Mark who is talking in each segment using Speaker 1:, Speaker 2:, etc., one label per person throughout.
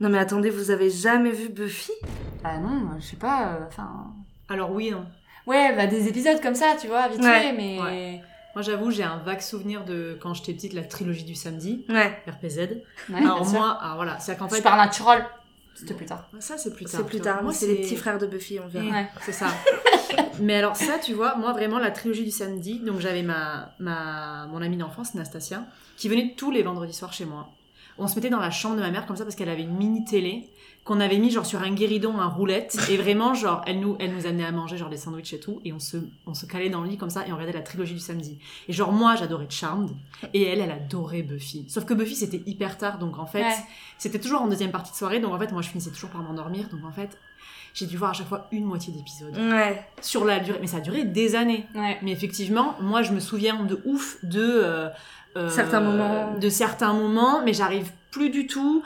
Speaker 1: Non mais attendez, vous avez jamais vu Buffy
Speaker 2: Ah non, je sais pas, euh, enfin...
Speaker 3: Alors oui, hein.
Speaker 2: ouais, bah des épisodes comme ça, tu vois, vite
Speaker 1: Ouais,
Speaker 2: fait, mais...
Speaker 3: ouais. Moi j'avoue, j'ai un vague souvenir de quand j'étais petite, la trilogie du samedi,
Speaker 1: Ouais,
Speaker 3: RPZ.
Speaker 2: Ouais,
Speaker 3: alors
Speaker 2: Ah, bien sûr.
Speaker 3: moi, alors voilà, c'est qu'en fait...
Speaker 2: Supernatural, c'était plus tard.
Speaker 3: Ça c'est plus tard.
Speaker 1: c'est plus
Speaker 3: tu vois.
Speaker 1: tard.
Speaker 3: Moi
Speaker 1: Moi, c'est les petits frères de Buffy, on verra.
Speaker 2: Ouais.
Speaker 3: C'est ça. Mais alors ça, tu vois, moi vraiment la trilogie du samedi, donc j'avais ma, ma mon amie d'enfance, Nastasia, qui venait tous les vendredis soirs chez moi. On se mettait dans la chambre de ma mère comme ça parce qu'elle avait une mini télé qu'on avait mis genre sur un guéridon, un roulette et vraiment genre elle nous elle nous amenait à manger genre des sandwichs et tout et on se on se calait dans le lit comme ça et on regardait la trilogie du samedi. Et genre moi j'adorais Charmed et elle elle adorait Buffy. Sauf que Buffy c'était hyper tard donc en fait
Speaker 2: Ouais.
Speaker 3: c'était toujours en deuxième partie de soirée donc en fait moi je finissais toujours par m'endormir donc en fait j'ai dû voir à chaque fois une moitié d'épisode
Speaker 1: Ouais.
Speaker 3: sur la durée, mais ça a duré des années.
Speaker 2: Ouais.
Speaker 3: Mais effectivement, moi je me souviens de ouf de euh, euh,
Speaker 1: Certains moments.
Speaker 3: de certains moments, mais j'arrive plus du tout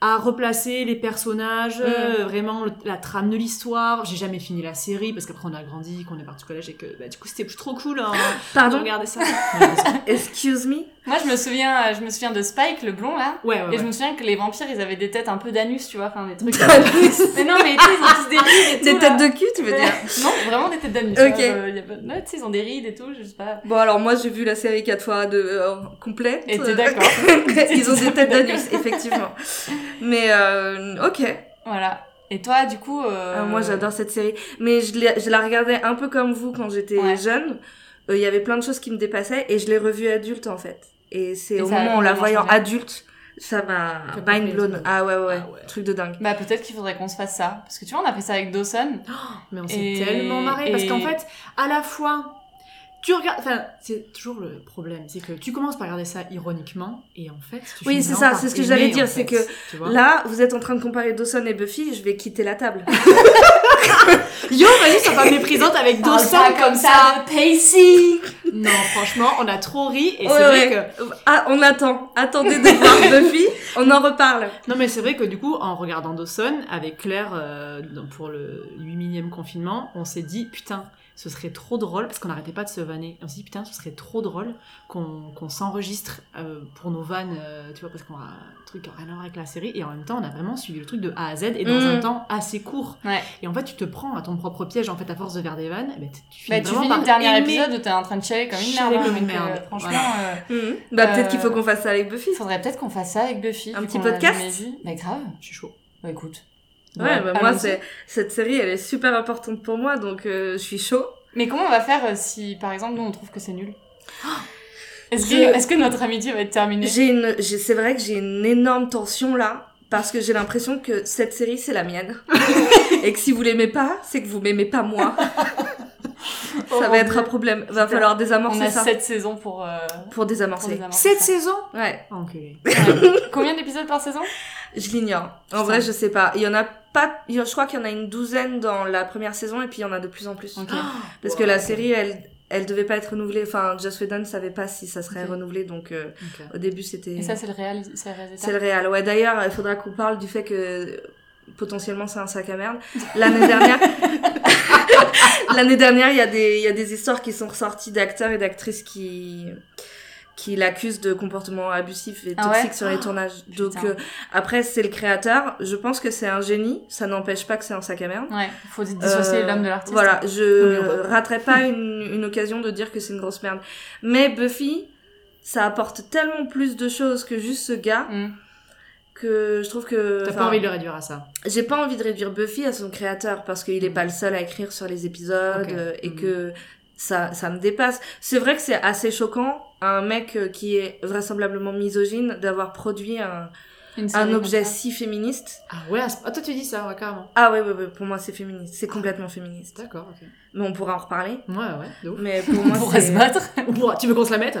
Speaker 3: à replacer les personnages,
Speaker 2: Mm.
Speaker 3: euh, vraiment le- la trame de l'histoire. J'ai jamais fini la série parce qu'après on a grandi, qu'on est parti au collège et que bah, du coup c'était plus trop cool. Hein,
Speaker 2: Ah
Speaker 3: de
Speaker 1: Pardon,
Speaker 3: regarder ça.
Speaker 2: euh,
Speaker 3: Ouais,
Speaker 1: excuse me
Speaker 2: Moi, je me souviens, euh, je me souviens de Spike, le blond, là.
Speaker 3: ouais, Ah ouais.
Speaker 2: Et je me souviens que les vampires, ils avaient des têtes un peu d'anus, tu vois, enfin des trucs.
Speaker 1: Des
Speaker 2: mais non, mais tu sais, ils ont tous des rides et tout. là.
Speaker 1: têtes de cul, tu veux dire
Speaker 2: Ouais. Non, vraiment des têtes d'anus.
Speaker 1: Ok.
Speaker 2: hein, euh, y a pas- non, tu sais, ils ont des rides et tout, je sais pas.
Speaker 1: Bon, alors moi, j'ai vu la série quatre fois de, euh, complète.
Speaker 2: Et t'es d'accord.
Speaker 1: Ils ont des têtes d'anus, effectivement. Mais euh, ok,
Speaker 2: Voilà. Et toi, du coup. euh,
Speaker 1: Ah, moi j'adore cette série. Mais je, l'ai- je la regardais un peu comme vous quand j'étais
Speaker 2: Ouais.
Speaker 1: jeune. Euh, Il y avait plein de choses qui me dépassaient et je l'ai revue adulte en fait. Et c'est
Speaker 2: Et
Speaker 1: au
Speaker 2: ça a
Speaker 1: moment où la
Speaker 2: complètement
Speaker 1: voyant
Speaker 2: changé.
Speaker 1: adulte, ça m'a
Speaker 3: T'as compris
Speaker 1: mind
Speaker 3: le
Speaker 1: blown.
Speaker 3: truc.
Speaker 1: Ah ouais, ouais, ouais,
Speaker 3: Ah ouais.
Speaker 1: truc de dingue.
Speaker 2: Bah, peut-être qu'il faudrait qu'on se fasse ça. Parce que tu vois, on a fait ça avec Dawson.
Speaker 3: Mais on
Speaker 2: Et-
Speaker 3: s'est tellement marré parce
Speaker 2: et-
Speaker 3: qu'en fait, à la fois, tu regardes. Enfin, c'est toujours le problème, c'est que tu commences par regarder ça ironiquement et en fait, tu
Speaker 1: Oui,
Speaker 3: finis
Speaker 1: c'est
Speaker 3: vraiment
Speaker 1: ça,
Speaker 3: par
Speaker 1: c'est ce que
Speaker 3: aimer,
Speaker 1: j'allais
Speaker 3: en
Speaker 1: dire, c'est
Speaker 3: fait,
Speaker 1: que
Speaker 3: tu vois.
Speaker 1: Là, vous êtes en train de comparer Dawson et Buffy, je vais quitter la table.
Speaker 3: Yo, vas-y, ça va méprisante avec
Speaker 2: Parle
Speaker 3: Dawson
Speaker 2: pas
Speaker 3: comme, ça.
Speaker 2: de Pacey
Speaker 3: Non, franchement, on a trop ri et
Speaker 1: Ouais,
Speaker 3: c'est vrai
Speaker 1: ouais.
Speaker 3: que.
Speaker 1: ah, on attend. Attendez de voir Buffy, on en reparle.
Speaker 3: Non, mais c'est vrai que du coup, en regardant Dawson avec Claire euh, dans- pour le 8 millième confinement, on s'est dit putain. Ce serait trop drôle, parce qu'on n'arrêtait pas de se vanner. Et on s'est dit, putain, ce serait trop drôle qu'on qu'on s'enregistre euh, pour nos vannes, euh, tu vois, parce qu'on a un truc qui a rien à voir avec la série. Et en même temps, on a vraiment suivi le truc de A à Z et dans
Speaker 1: Mm.
Speaker 3: un temps assez court.
Speaker 2: Mmh. Ouais.
Speaker 3: Et en fait, tu te prends à ton propre piège, en fait, à force de faire des vannes. eh ben, tu- tu
Speaker 2: Bah,
Speaker 3: finis
Speaker 2: tu
Speaker 3: vraiment
Speaker 2: finis
Speaker 3: par
Speaker 2: le dernier
Speaker 3: aimer.
Speaker 2: épisode où t'es en train de chialer comme une merde.
Speaker 3: Chialer
Speaker 2: hein,
Speaker 3: comme une
Speaker 2: donc, euh,
Speaker 3: merde.
Speaker 2: Franchement.
Speaker 3: Voilà.
Speaker 2: euh,
Speaker 1: Mhm. Bah, peut-être
Speaker 2: Euh,
Speaker 1: qu'il faut qu'on fasse ça avec Buffy.
Speaker 2: Il faudrait peut-être qu'on fasse ça avec Buffy.
Speaker 1: Un
Speaker 2: vu
Speaker 1: petit
Speaker 2: qu'on l'a
Speaker 1: podcast
Speaker 2: jamais vu. Mais grave.
Speaker 3: Je suis chaud.
Speaker 2: Bah écoute.
Speaker 1: Ouais,
Speaker 3: Ouais,
Speaker 1: bah, moi,
Speaker 2: allons-y.
Speaker 1: c'est, cette série, elle est super importante pour moi, donc euh, je suis chaud.
Speaker 2: Mais comment on va faire euh, si, par exemple, nous on trouve que c'est nul Est-ce que,
Speaker 1: Je-
Speaker 2: est-ce que notre amitié va être terminée
Speaker 1: J'ai une, j'ai- c'est vrai que j'ai une énorme tension là. Parce que j'ai l'impression que cette série, c'est la mienne. et que si vous l'aimez pas, c'est que vous m'aimez pas moi. ça va être un problème. Va falloir
Speaker 2: Oh, On
Speaker 1: désamorcer
Speaker 2: a
Speaker 1: ça.
Speaker 2: sept saisons pour. euh,
Speaker 1: Pour
Speaker 2: pour
Speaker 1: désamorcer.
Speaker 2: désamorcer
Speaker 3: Cette
Speaker 2: ça.
Speaker 3: saison
Speaker 1: Ouais,
Speaker 3: Ah, Enculé.
Speaker 2: Ouais. Combien d'épisodes par saison
Speaker 1: je l'ignore. En
Speaker 2: Putain.
Speaker 1: vrai, je sais pas. Il y en a pas, il y en- je crois qu'il y en a une douzaine dans la première saison et puis il y en a de plus en plus.
Speaker 2: Ok.
Speaker 1: Parce que la série, elle, elle devait pas être renouvelée. Enfin, Joss Whedon savait pas si ça serait
Speaker 2: Ok.
Speaker 1: renouvelé, donc euh,
Speaker 3: Ok.
Speaker 1: au début c'était.
Speaker 2: Et ça, c'est le réel, c'est le
Speaker 1: C'est
Speaker 2: réalisateur.
Speaker 1: le réel. Ouais, d'ailleurs, il faudra qu'on parle du fait que euh, potentiellement c'est un sac à merde. L'année dernière, l'année dernière, il y a des, il y a des histoires qui sont ressorties d'acteurs et d'actrices qui, qui l'accusent de comportements abusifs et
Speaker 2: Ah ouais
Speaker 1: toxiques sur les tournages. Donc,
Speaker 2: putain.
Speaker 1: euh, après, c'est le créateur. Je pense que c'est un génie. Ça n'empêche pas que c'est un sac à merde.
Speaker 2: Ouais, faut Ah, dissocier
Speaker 1: Euh,
Speaker 2: l'homme de l'artiste.
Speaker 1: Voilà,
Speaker 2: Non, mais on
Speaker 1: je
Speaker 2: va-
Speaker 1: raterai pas une, une occasion de dire que c'est une grosse merde. Mais Buffy, ça apporte tellement plus de choses que juste ce gars
Speaker 2: Mm.
Speaker 1: que je trouve que
Speaker 3: T'as
Speaker 1: enfin,
Speaker 3: pas envie de le réduire à ça.
Speaker 1: j'ai pas envie de réduire Buffy à son créateur parce qu'il est
Speaker 3: Mm.
Speaker 1: pas le seul à écrire sur les épisodes
Speaker 3: Ok.
Speaker 1: euh, et
Speaker 3: Mm.
Speaker 1: que ça ça me dépasse. C'est vrai que c'est assez choquant à un mec euh, qui est vraisemblablement misogyne d'avoir produit un,
Speaker 2: Une série
Speaker 1: un
Speaker 2: comme
Speaker 1: objet
Speaker 2: ça.
Speaker 1: si féministe.
Speaker 3: Ah ouais, à ce- ah, toi tu dis ça, ouais, carrément.
Speaker 1: Ah ouais ouais ouais pour moi c'est féministe, c'est complètement féministe.
Speaker 3: D'accord, ok.
Speaker 1: Mais on pourra en reparler.
Speaker 3: Ouais, ouais, de ouf.
Speaker 1: Mais pour
Speaker 2: On
Speaker 1: moi
Speaker 2: pourrait se
Speaker 1: c'est-
Speaker 2: battre.
Speaker 3: On pourra- Tu veux qu'on se la mette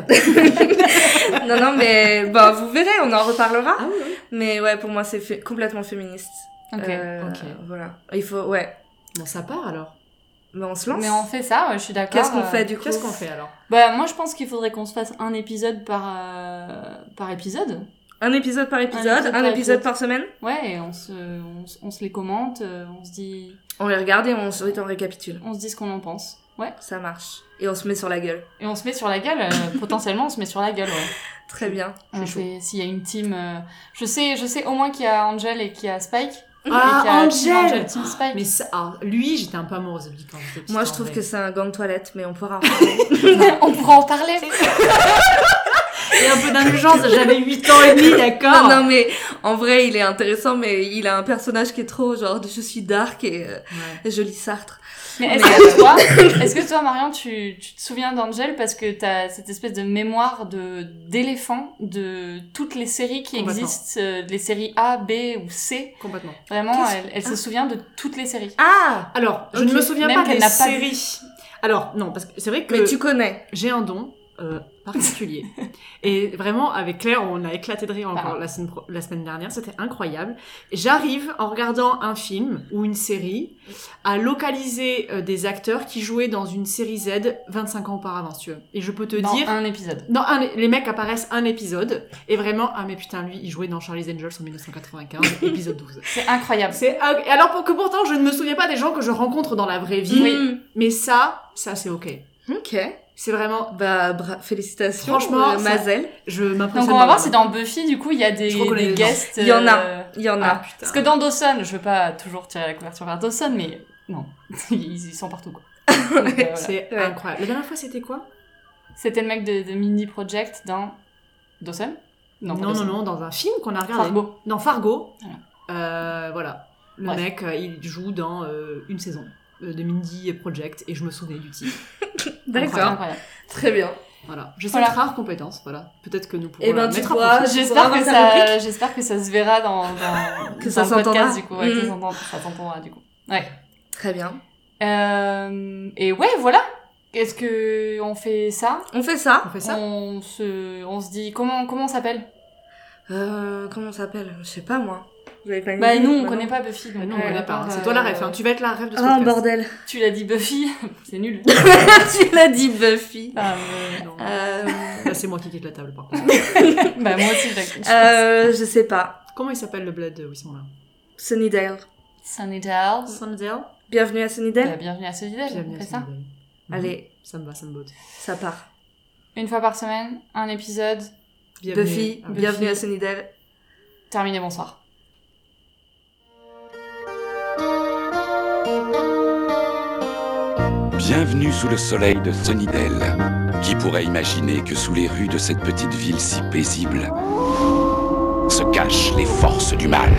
Speaker 1: Non non mais bah vous verrez, on en reparlera.
Speaker 3: Ah oui, oui.
Speaker 1: Mais ouais pour moi c'est fé- complètement féministe.
Speaker 2: Ok.
Speaker 1: Euh,
Speaker 3: Ok.
Speaker 1: Voilà, il faut ouais.
Speaker 3: Bon, ça part alors.
Speaker 1: Mais on se lance.
Speaker 2: Mais on fait ça, ouais, je suis d'accord.
Speaker 1: Qu'est-ce qu'on
Speaker 2: euh,
Speaker 1: fait du coup
Speaker 3: Qu'est-ce qu'on fait alors
Speaker 2: Bah, moi, je pense qu'il faudrait qu'on se fasse un épisode par, euh, par épisode.
Speaker 1: Un épisode par épisode, un
Speaker 2: par
Speaker 1: épisode
Speaker 2: épisode.
Speaker 1: par semaine.
Speaker 2: Ouais, et on se, on, se- on se les commente, euh, on se dit,
Speaker 1: On les regarde et on se- on récapitule.
Speaker 2: on se dit ce qu'on en pense. Ouais.
Speaker 1: Ça marche. Et on se met sur la gueule.
Speaker 2: Et on se met sur la gueule, euh, potentiellement on se met sur la gueule, ouais.
Speaker 1: Très bien. Je
Speaker 2: On
Speaker 1: suis chaud.
Speaker 2: fait- S'il y a une team. euh, Je, sais, je sais au moins qu'il y a Angel et qu'il y a Spike. et qu'il y
Speaker 3: Ah,
Speaker 2: a Team
Speaker 3: Angel
Speaker 2: Team Spike.
Speaker 3: Mais ça, ah, lui, j'étais un peu amoureuse de lui quand j'étais petite,
Speaker 1: Moi, je
Speaker 3: en
Speaker 1: trouve
Speaker 3: vrai.
Speaker 1: que c'est un gant de toilette, mais on pourra en parler.
Speaker 2: on pourra en parler.
Speaker 3: Et un peu d'indulgence, j'avais 8 ans et demi, d'accord
Speaker 1: non, non, mais en vrai, il est intéressant, mais il a un personnage qui est trop genre je suis dark et euh,
Speaker 3: Ouais.
Speaker 1: je lis Sartre.
Speaker 2: Mais est-ce que toi, est-ce que toi, Marion, tu, tu te souviens d'Angel parce que t'as cette espèce de mémoire de d'éléphant de toutes les séries qui
Speaker 3: Complètement.
Speaker 2: existent, euh, les séries A, B ou C.
Speaker 3: Complètement.
Speaker 2: Vraiment,
Speaker 1: Qu'est-ce-
Speaker 2: elle, elle se
Speaker 1: Ah.
Speaker 2: souvient de toutes les séries.
Speaker 1: Ah
Speaker 3: Alors, je
Speaker 1: Ok.
Speaker 3: ne me souviens
Speaker 2: Même
Speaker 3: pas
Speaker 2: qu'elle
Speaker 3: des
Speaker 2: n'a pas vu.
Speaker 3: séries. Alors, non, parce que c'est vrai que
Speaker 1: Mais tu connais.
Speaker 3: j'ai un don euh, particulier. et vraiment, avec Claire, on a éclaté de rire encore
Speaker 2: Pardon.
Speaker 3: la semaine, pro- la semaine dernière, c'était incroyable. J'arrive, en regardant un film ou une série, à localiser euh, des acteurs qui jouaient dans une série Z 25 ans auparavant, si tu veux. Et je peux te
Speaker 2: dans
Speaker 3: dire...
Speaker 2: un épisode.
Speaker 3: Non, un- les mecs apparaissent un épisode, et vraiment, ah mais putain, lui, il jouait dans Charlie's Angels en 1995, épisode 12.
Speaker 2: C'est incroyable.
Speaker 3: C'est inc- et alors pour que pourtant je ne me souviens pas des gens que je rencontre dans la vraie vie,
Speaker 1: Oui.
Speaker 3: mais ça, ça c'est Mmh. ok.
Speaker 1: Ok.
Speaker 3: C'est vraiment,
Speaker 1: Mmh. Bah, bra- félicitations.
Speaker 3: Franchement,
Speaker 1: euh,
Speaker 3: ça-
Speaker 1: Mazel.
Speaker 3: je m'impressionne.
Speaker 2: Donc on va voir
Speaker 3: vraiment.
Speaker 2: si dans Buffy, du coup, il y a des,
Speaker 3: Je reconnais
Speaker 2: des
Speaker 3: les noms.
Speaker 2: guests.
Speaker 1: Il y en a.
Speaker 2: euh,
Speaker 1: Il y en
Speaker 3: Ah
Speaker 1: a.
Speaker 3: putain.
Speaker 2: Parce que dans Dawson, je veux pas toujours tirer la couverture vers Dawson, mais non, ils, ils sont partout quoi. Donc, euh, voilà.
Speaker 3: c'est
Speaker 1: Ouais.
Speaker 3: incroyable. La dernière fois c'était quoi
Speaker 2: C'était le mec de, de Mini Project dans Dawson
Speaker 3: non
Speaker 2: pas
Speaker 3: non, non
Speaker 2: Dawson.
Speaker 3: dans un film qu'on a regardé.
Speaker 2: Fargo.
Speaker 3: Dans Fargo.
Speaker 2: Voilà.
Speaker 3: Euh, voilà. Le
Speaker 2: Bref.
Speaker 3: mec, euh, il joue dans euh, une saison euh, de Mindy Project et je me souvenais du titre.
Speaker 1: D'accord.
Speaker 2: Incroyable.
Speaker 1: Très bien.
Speaker 3: Voilà. Je sais
Speaker 2: Voilà.
Speaker 3: cette rare compétence. Voilà. Peut-être que nous pourrons.
Speaker 1: Eh ben,
Speaker 3: la
Speaker 1: tu
Speaker 3: mettre à
Speaker 1: vois,
Speaker 3: profit.
Speaker 1: Tu
Speaker 2: Ah, J'espère
Speaker 1: pourras
Speaker 2: que,
Speaker 1: avoir ta
Speaker 2: ça- j'espère que ça se verra dans, dans,
Speaker 1: Que
Speaker 2: dans
Speaker 1: ça
Speaker 2: le podcast
Speaker 1: s'entendra.
Speaker 2: du coup. ouais,
Speaker 3: Mm.
Speaker 2: que ça
Speaker 1: Mhm.
Speaker 2: s'entend- ça s'entendra du coup. Ouais.
Speaker 1: Très bien.
Speaker 2: Euh, et ouais, voilà. Est-ce que on fait ça,
Speaker 1: On fait ça.
Speaker 3: On fait ça.
Speaker 2: On se, on se dit comment, comment on s'appelle
Speaker 1: Euh, comment on s'appelle Je sais pas moi. Vous avez pas une
Speaker 2: Bah
Speaker 1: idée
Speaker 2: nous, on
Speaker 1: Bah,
Speaker 2: connaît
Speaker 1: non.
Speaker 2: pas Buffy. Donc
Speaker 3: Mais non,
Speaker 2: euh,
Speaker 3: on connaît pas. hein.
Speaker 2: donc,
Speaker 3: C'est toi la
Speaker 2: euh,
Speaker 3: rêve. Tu vas être la rêve de ce
Speaker 1: Ah,
Speaker 3: podcast.
Speaker 1: bordel.
Speaker 2: Tu l'as dit Buffy, c'est nul.
Speaker 1: tu l'as dit, Buffy.
Speaker 3: Ah,
Speaker 2: Enfin, euh,
Speaker 3: Non.
Speaker 1: Euh,
Speaker 3: Là, c'est moi qui quitte la table par contre.
Speaker 2: bah moi aussi, je la quitte, je pense.
Speaker 1: euh, je sais pas.
Speaker 3: Comment il s'appelle le bled euh, où ils sont là
Speaker 1: Sunnydale.
Speaker 2: Sunnydale.
Speaker 3: Sunnydale.
Speaker 1: Bienvenue à Sunnydale.
Speaker 2: Bah, bienvenue à Sunnydale, on fait ça.
Speaker 1: Allez,
Speaker 3: Mmh. Ça me va, ça me botte.
Speaker 1: ça part.
Speaker 2: Une fois par semaine, un épisode.
Speaker 1: Buffy,
Speaker 3: Ah oui.
Speaker 1: bienvenue à Sunnydale.
Speaker 2: Terminé, bonsoir.
Speaker 4: Bienvenue sous le soleil de Sunnydale. Qui pourrait imaginer que sous les rues de cette petite ville si paisible se cachent les forces du mal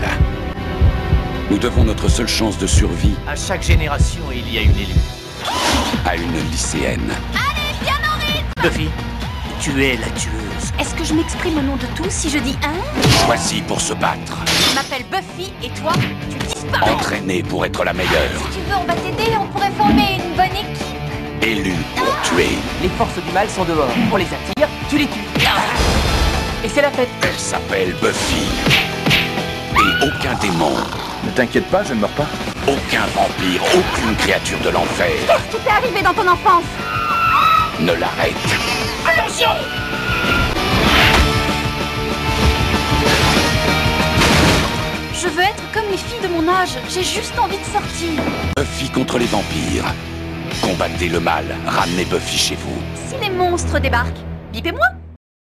Speaker 4: Nous devons notre seule chance de survie
Speaker 5: À chaque génération, il y a une élue.
Speaker 4: à une lycéenne.
Speaker 5: Buffy, tu es la tueuse.
Speaker 6: Est-ce que je m'exprime au nom de tous si je dis un
Speaker 4: Choisie pour se battre,
Speaker 6: Je m'appelle Buffy et toi, tu disparais
Speaker 4: entraînée pour être la meilleure,
Speaker 6: Si tu veux, on va t'aider, on pourrait former une bonne équipe.
Speaker 4: élue pour tuer.
Speaker 5: Les forces du mal sont dehors. On les attire, tu les tues. Et c'est la fête.
Speaker 4: Elle s'appelle Buffy. Et aucun démon,
Speaker 7: Ne t'inquiète pas, je ne meurs pas.
Speaker 4: aucun vampire, aucune créature de l'enfer
Speaker 6: Qu'est-ce qui t'est arrivé dans ton enfance
Speaker 4: ne l'arrête.
Speaker 6: Je veux être comme les filles de mon âge, j'ai juste envie de sortir.
Speaker 4: Buffy contre les vampires. Combattez le mal, ramenez Buffy chez vous.
Speaker 6: Si les monstres débarquent, bipez-moi